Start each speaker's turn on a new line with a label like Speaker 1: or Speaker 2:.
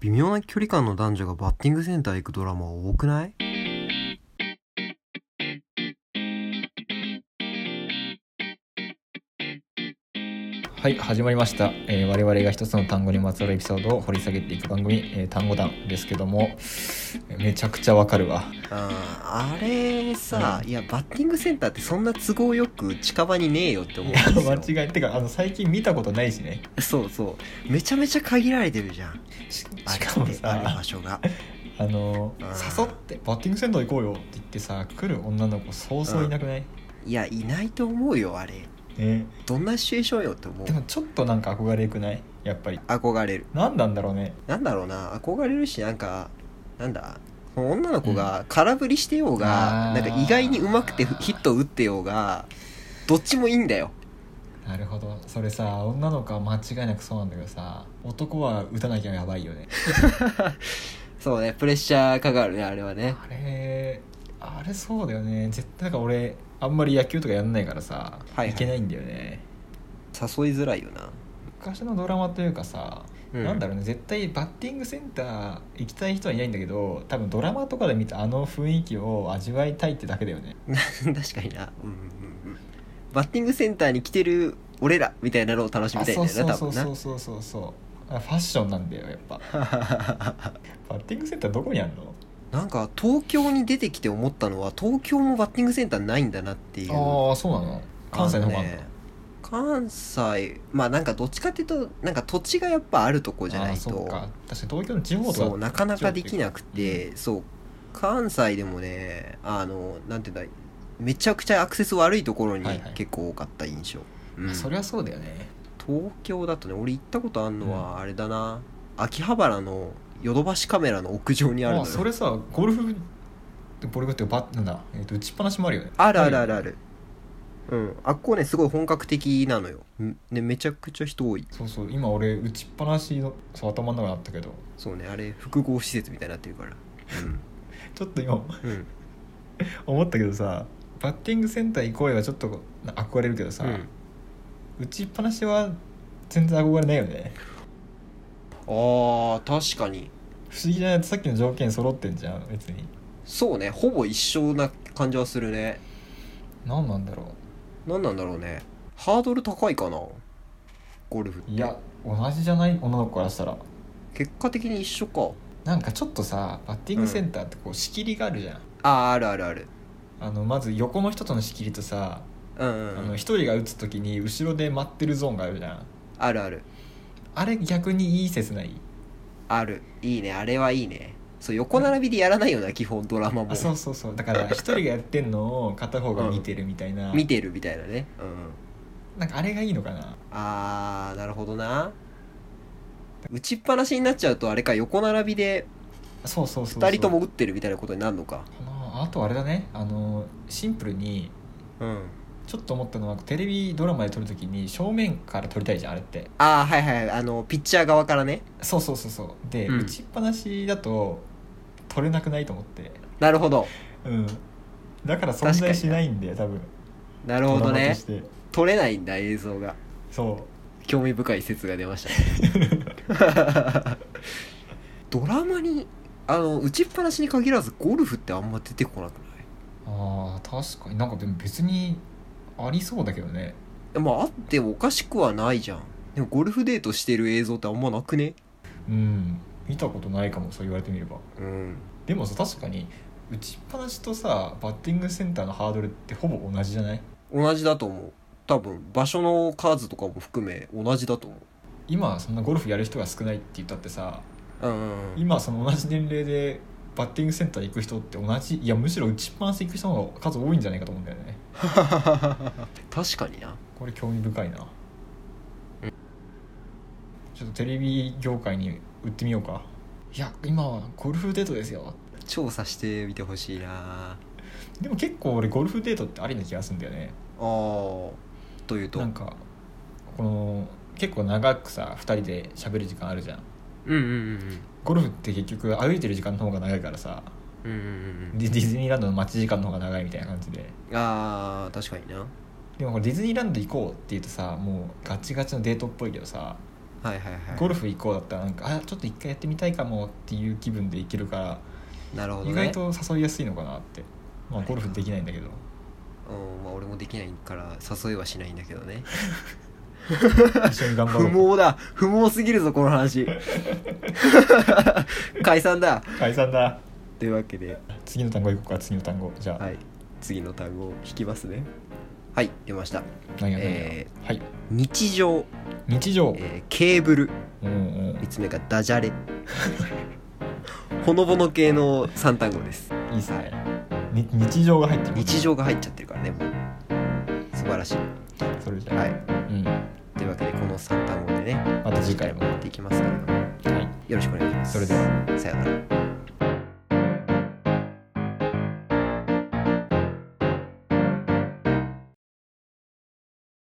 Speaker 1: 微妙な距離感の男女がバッティングセンター行くドラマ多くない
Speaker 2: はい始まりました、えー我々が一つの単語にまつわるエピソードを掘り下げていく番組「えー単語談」ですけどもめちゃくちゃわかるわ
Speaker 1: ああれさ、いやバッティングセンターってそんな都合よく近場にねえよって思うんです
Speaker 2: 間
Speaker 1: よ
Speaker 2: 違いってかあの最近見たことないしね
Speaker 1: そうそうめちゃめちゃ限られてるじゃん
Speaker 2: し
Speaker 1: あ
Speaker 2: し
Speaker 1: れ
Speaker 2: かも
Speaker 1: ある場
Speaker 2: さ
Speaker 1: 所が
Speaker 2: あの
Speaker 1: うん
Speaker 2: 誘って「バッティングセンター行こうよ」って言ってさ来る女の子そうそういなくない、
Speaker 1: いやいないと思うよあれ
Speaker 2: ね
Speaker 1: どんなシチュエーションよって思う
Speaker 2: でもちょっとなんか憧れくないやっぱり
Speaker 1: 憧れる
Speaker 2: 何なんだろうね
Speaker 1: なんだろうな憧れるしなんかなんだその女の子が空振りしてようが、
Speaker 2: あー
Speaker 1: なんか意外にうまくてヒット打ってようがどっちもいいんだよ
Speaker 2: なるほどそれさ女の子は間違いなくそうなんだけどさ男は打たなきゃやばいよね
Speaker 1: そうねプレッシャーかかるねあれはね
Speaker 2: あれあれそうだよね絶対なんか俺あんまり野球とかやんないからさ、
Speaker 1: はいはい
Speaker 2: けないんだよね
Speaker 1: 誘いづらいよな、
Speaker 2: 昔のドラマというかさ、
Speaker 1: う
Speaker 2: なんだろ
Speaker 1: う
Speaker 2: うね絶対バッティングセンター行きたい人はいないんだけど多分ドラマとかで見たあの雰囲気を味わいたいってだけだよね
Speaker 1: 確かにな、うんうん うん、バッティングセンターに来てる俺らみたいなのを楽しみ
Speaker 2: あ
Speaker 1: たいん
Speaker 2: そう
Speaker 1: だよ
Speaker 2: そ
Speaker 1: な多
Speaker 2: うそう
Speaker 1: 分な
Speaker 2: そうそうそうそうあファッションなんだよやっ ぱバッティングセンターどこにあんの
Speaker 1: なんか東京に出てきて思ったのは東京もバッティングセンターないんだなっていう
Speaker 2: ああそうなの関西の方があんの
Speaker 1: あね関西まあなんかどっちかっていうとなんか土地がやっぱあるとこじゃない
Speaker 2: あーそっ
Speaker 1: と
Speaker 2: か確かに東京の地方とか
Speaker 1: そうなかなかできなく、
Speaker 2: 地方って
Speaker 1: そう関西でもねあのなんていうんだめちゃくちゃアクセス悪いところに
Speaker 2: はいはい
Speaker 1: 結構多かった印象、
Speaker 2: う
Speaker 1: うん
Speaker 2: かそりゃそうだよね
Speaker 1: 東京だとね俺行ったことあんのはあれだな、秋葉原のヨドバシカメラの屋上にあるの
Speaker 2: あ
Speaker 1: よ
Speaker 2: それさゴルフボールグっていうかバッなんだ、えー、と打ちっぱなしもあるよね
Speaker 1: あるあるあるある、うんあっこねすごい本格的なのよ、んね、めちゃくちゃ人多い
Speaker 2: そうそう今俺打ちっぱなしのそう頭の中にあったけど
Speaker 1: そうねあれ複合施設みたいになってるから
Speaker 2: ちょっと今
Speaker 1: うん、うん
Speaker 2: 思ったけどさバッティングセンター行こうよはちょっとな憧れるけどさ、
Speaker 1: うん
Speaker 2: 打ちっぱなしは全然憧れないよね
Speaker 1: あー確かに
Speaker 2: 不思議じゃないさっきの条件揃ってんじゃん別に
Speaker 1: そうねほぼ一緒な感じはするね
Speaker 2: 何なんだろ
Speaker 1: 何なんだろうねハードル高いかなゴルフって
Speaker 2: ういや同じじゃない女の子からしたら
Speaker 1: 結果的に一緒か
Speaker 2: なんかちょっとさバッティングセンターってこう仕切りがあるじゃん、
Speaker 1: あーあるあるある
Speaker 2: あのまず横の人との仕切りとさ
Speaker 1: うんうん
Speaker 2: あ
Speaker 1: う
Speaker 2: の
Speaker 1: ん
Speaker 2: 一人が打つ時に後ろで待ってるゾーンがあるじゃん
Speaker 1: あるある
Speaker 2: あれ逆にいい説ない
Speaker 1: あるいいねあれはいいねそう横並びでやらないよな基本ドラマも
Speaker 2: あそうそうそうだから一人がやってんのを片方が見てるみたいな、
Speaker 1: 見てるみたいなねうん
Speaker 2: なんかあれがいいのかな
Speaker 1: あーなるほどな打ちっぱなしになっちゃうとあれか横並びで
Speaker 2: そうそうそうそう
Speaker 1: 2人とも打ってるみたいなことになるのか
Speaker 2: かなあとあれだねあのシンプルに
Speaker 1: うん
Speaker 2: ちょっと思ったのはテレビドラマで撮る時に正面から撮りたいじゃんあれって
Speaker 1: ああはいはいあのピッチャー側からね
Speaker 2: そうそうそうそうで、
Speaker 1: うん
Speaker 2: 打ちっぱなしだと撮れなくないと思って
Speaker 1: なるほど
Speaker 2: うんだから存在しないんだよ多分
Speaker 1: なるほど
Speaker 2: ドラマと
Speaker 1: ね
Speaker 2: して
Speaker 1: 撮れないんだ映像が
Speaker 2: そう
Speaker 1: 興味深い説が出ました ねドラマにあの打ちっぱなしに限らずゴルフってあんま出てこなくない
Speaker 2: ああ確かになんかでも別にありそうだけどね
Speaker 1: えまああってもおかしくはないじゃんでもゴルフデートしてる映像ってあんまなくね
Speaker 2: うん見たことないかもそう言われてみれば
Speaker 1: うん
Speaker 2: でもさ確かに打ちっぱなしとさバッティングセンターのハードルってほぼ同じじゃない
Speaker 1: 同じだと思う多分場所の数とかも含め同じだと思う
Speaker 2: 今そんなゴルフやる人が少ないって言ったってさ
Speaker 1: うんうんうん
Speaker 2: 今その同じ年齢でバッティングセンター行く人って同じいやむしろ打ちっぱなし行く人の方が数多いんじゃないかと思うんだよね
Speaker 1: 確かにな
Speaker 2: これ興味深いなちょっとテレビ業界に売ってみようかいや今はゴルフデートですよ
Speaker 1: 調査してみてほしいな
Speaker 2: でも結構俺ゴルフデートってありな気がするんだよね
Speaker 1: あーというと
Speaker 2: なんかこの結構長くさ2人で喋る時間あるじゃん
Speaker 1: うんうんうん
Speaker 2: ゴルフって結局歩いてる時間の方が長いからさ
Speaker 1: うんうんうん
Speaker 2: ディディズニーランドの待ち時間の方が長いみたいな感じで
Speaker 1: うんあー確かにな
Speaker 2: でもこれディズニーランド行こうって言うとさもうガチガチのデートっぽいけどさ
Speaker 1: はいはいはい
Speaker 2: ゴルフ行こうだったらなんかあちょっと一回やってみたいかもっていう気分で行けるから、
Speaker 1: なるほど、ね、
Speaker 2: 意外と誘いやすいのかなってまあ
Speaker 1: はい
Speaker 2: ゴルフできないんだ けど
Speaker 1: うんまあ俺もできないから誘いはしないんだけどね
Speaker 2: 一緒に頑張
Speaker 1: 不
Speaker 2: ろ
Speaker 1: 毛だ不毛すぎるぞこの話 解散だ
Speaker 2: う解散だ
Speaker 1: というわけで
Speaker 2: 次の単語行こうか次の単語じゃあ、
Speaker 1: はい次の単語を引きますねはい出ました
Speaker 2: 何や何や、
Speaker 1: え
Speaker 2: はい
Speaker 1: 日常、
Speaker 2: 日常、
Speaker 1: えーケーブル
Speaker 2: うんうん
Speaker 1: 3つ目がダジャレ ほのぼの系の3単語です
Speaker 2: いいっすねに日常が入ってる
Speaker 1: 日常が入っちゃってるからねもう素晴らしい
Speaker 2: それじゃ
Speaker 1: はい
Speaker 2: うんま
Speaker 1: というわけでこの3単語でね
Speaker 2: た次回もは
Speaker 1: やっていきますけれども
Speaker 2: い
Speaker 1: よろしくお願いします
Speaker 2: それでは
Speaker 1: さようなら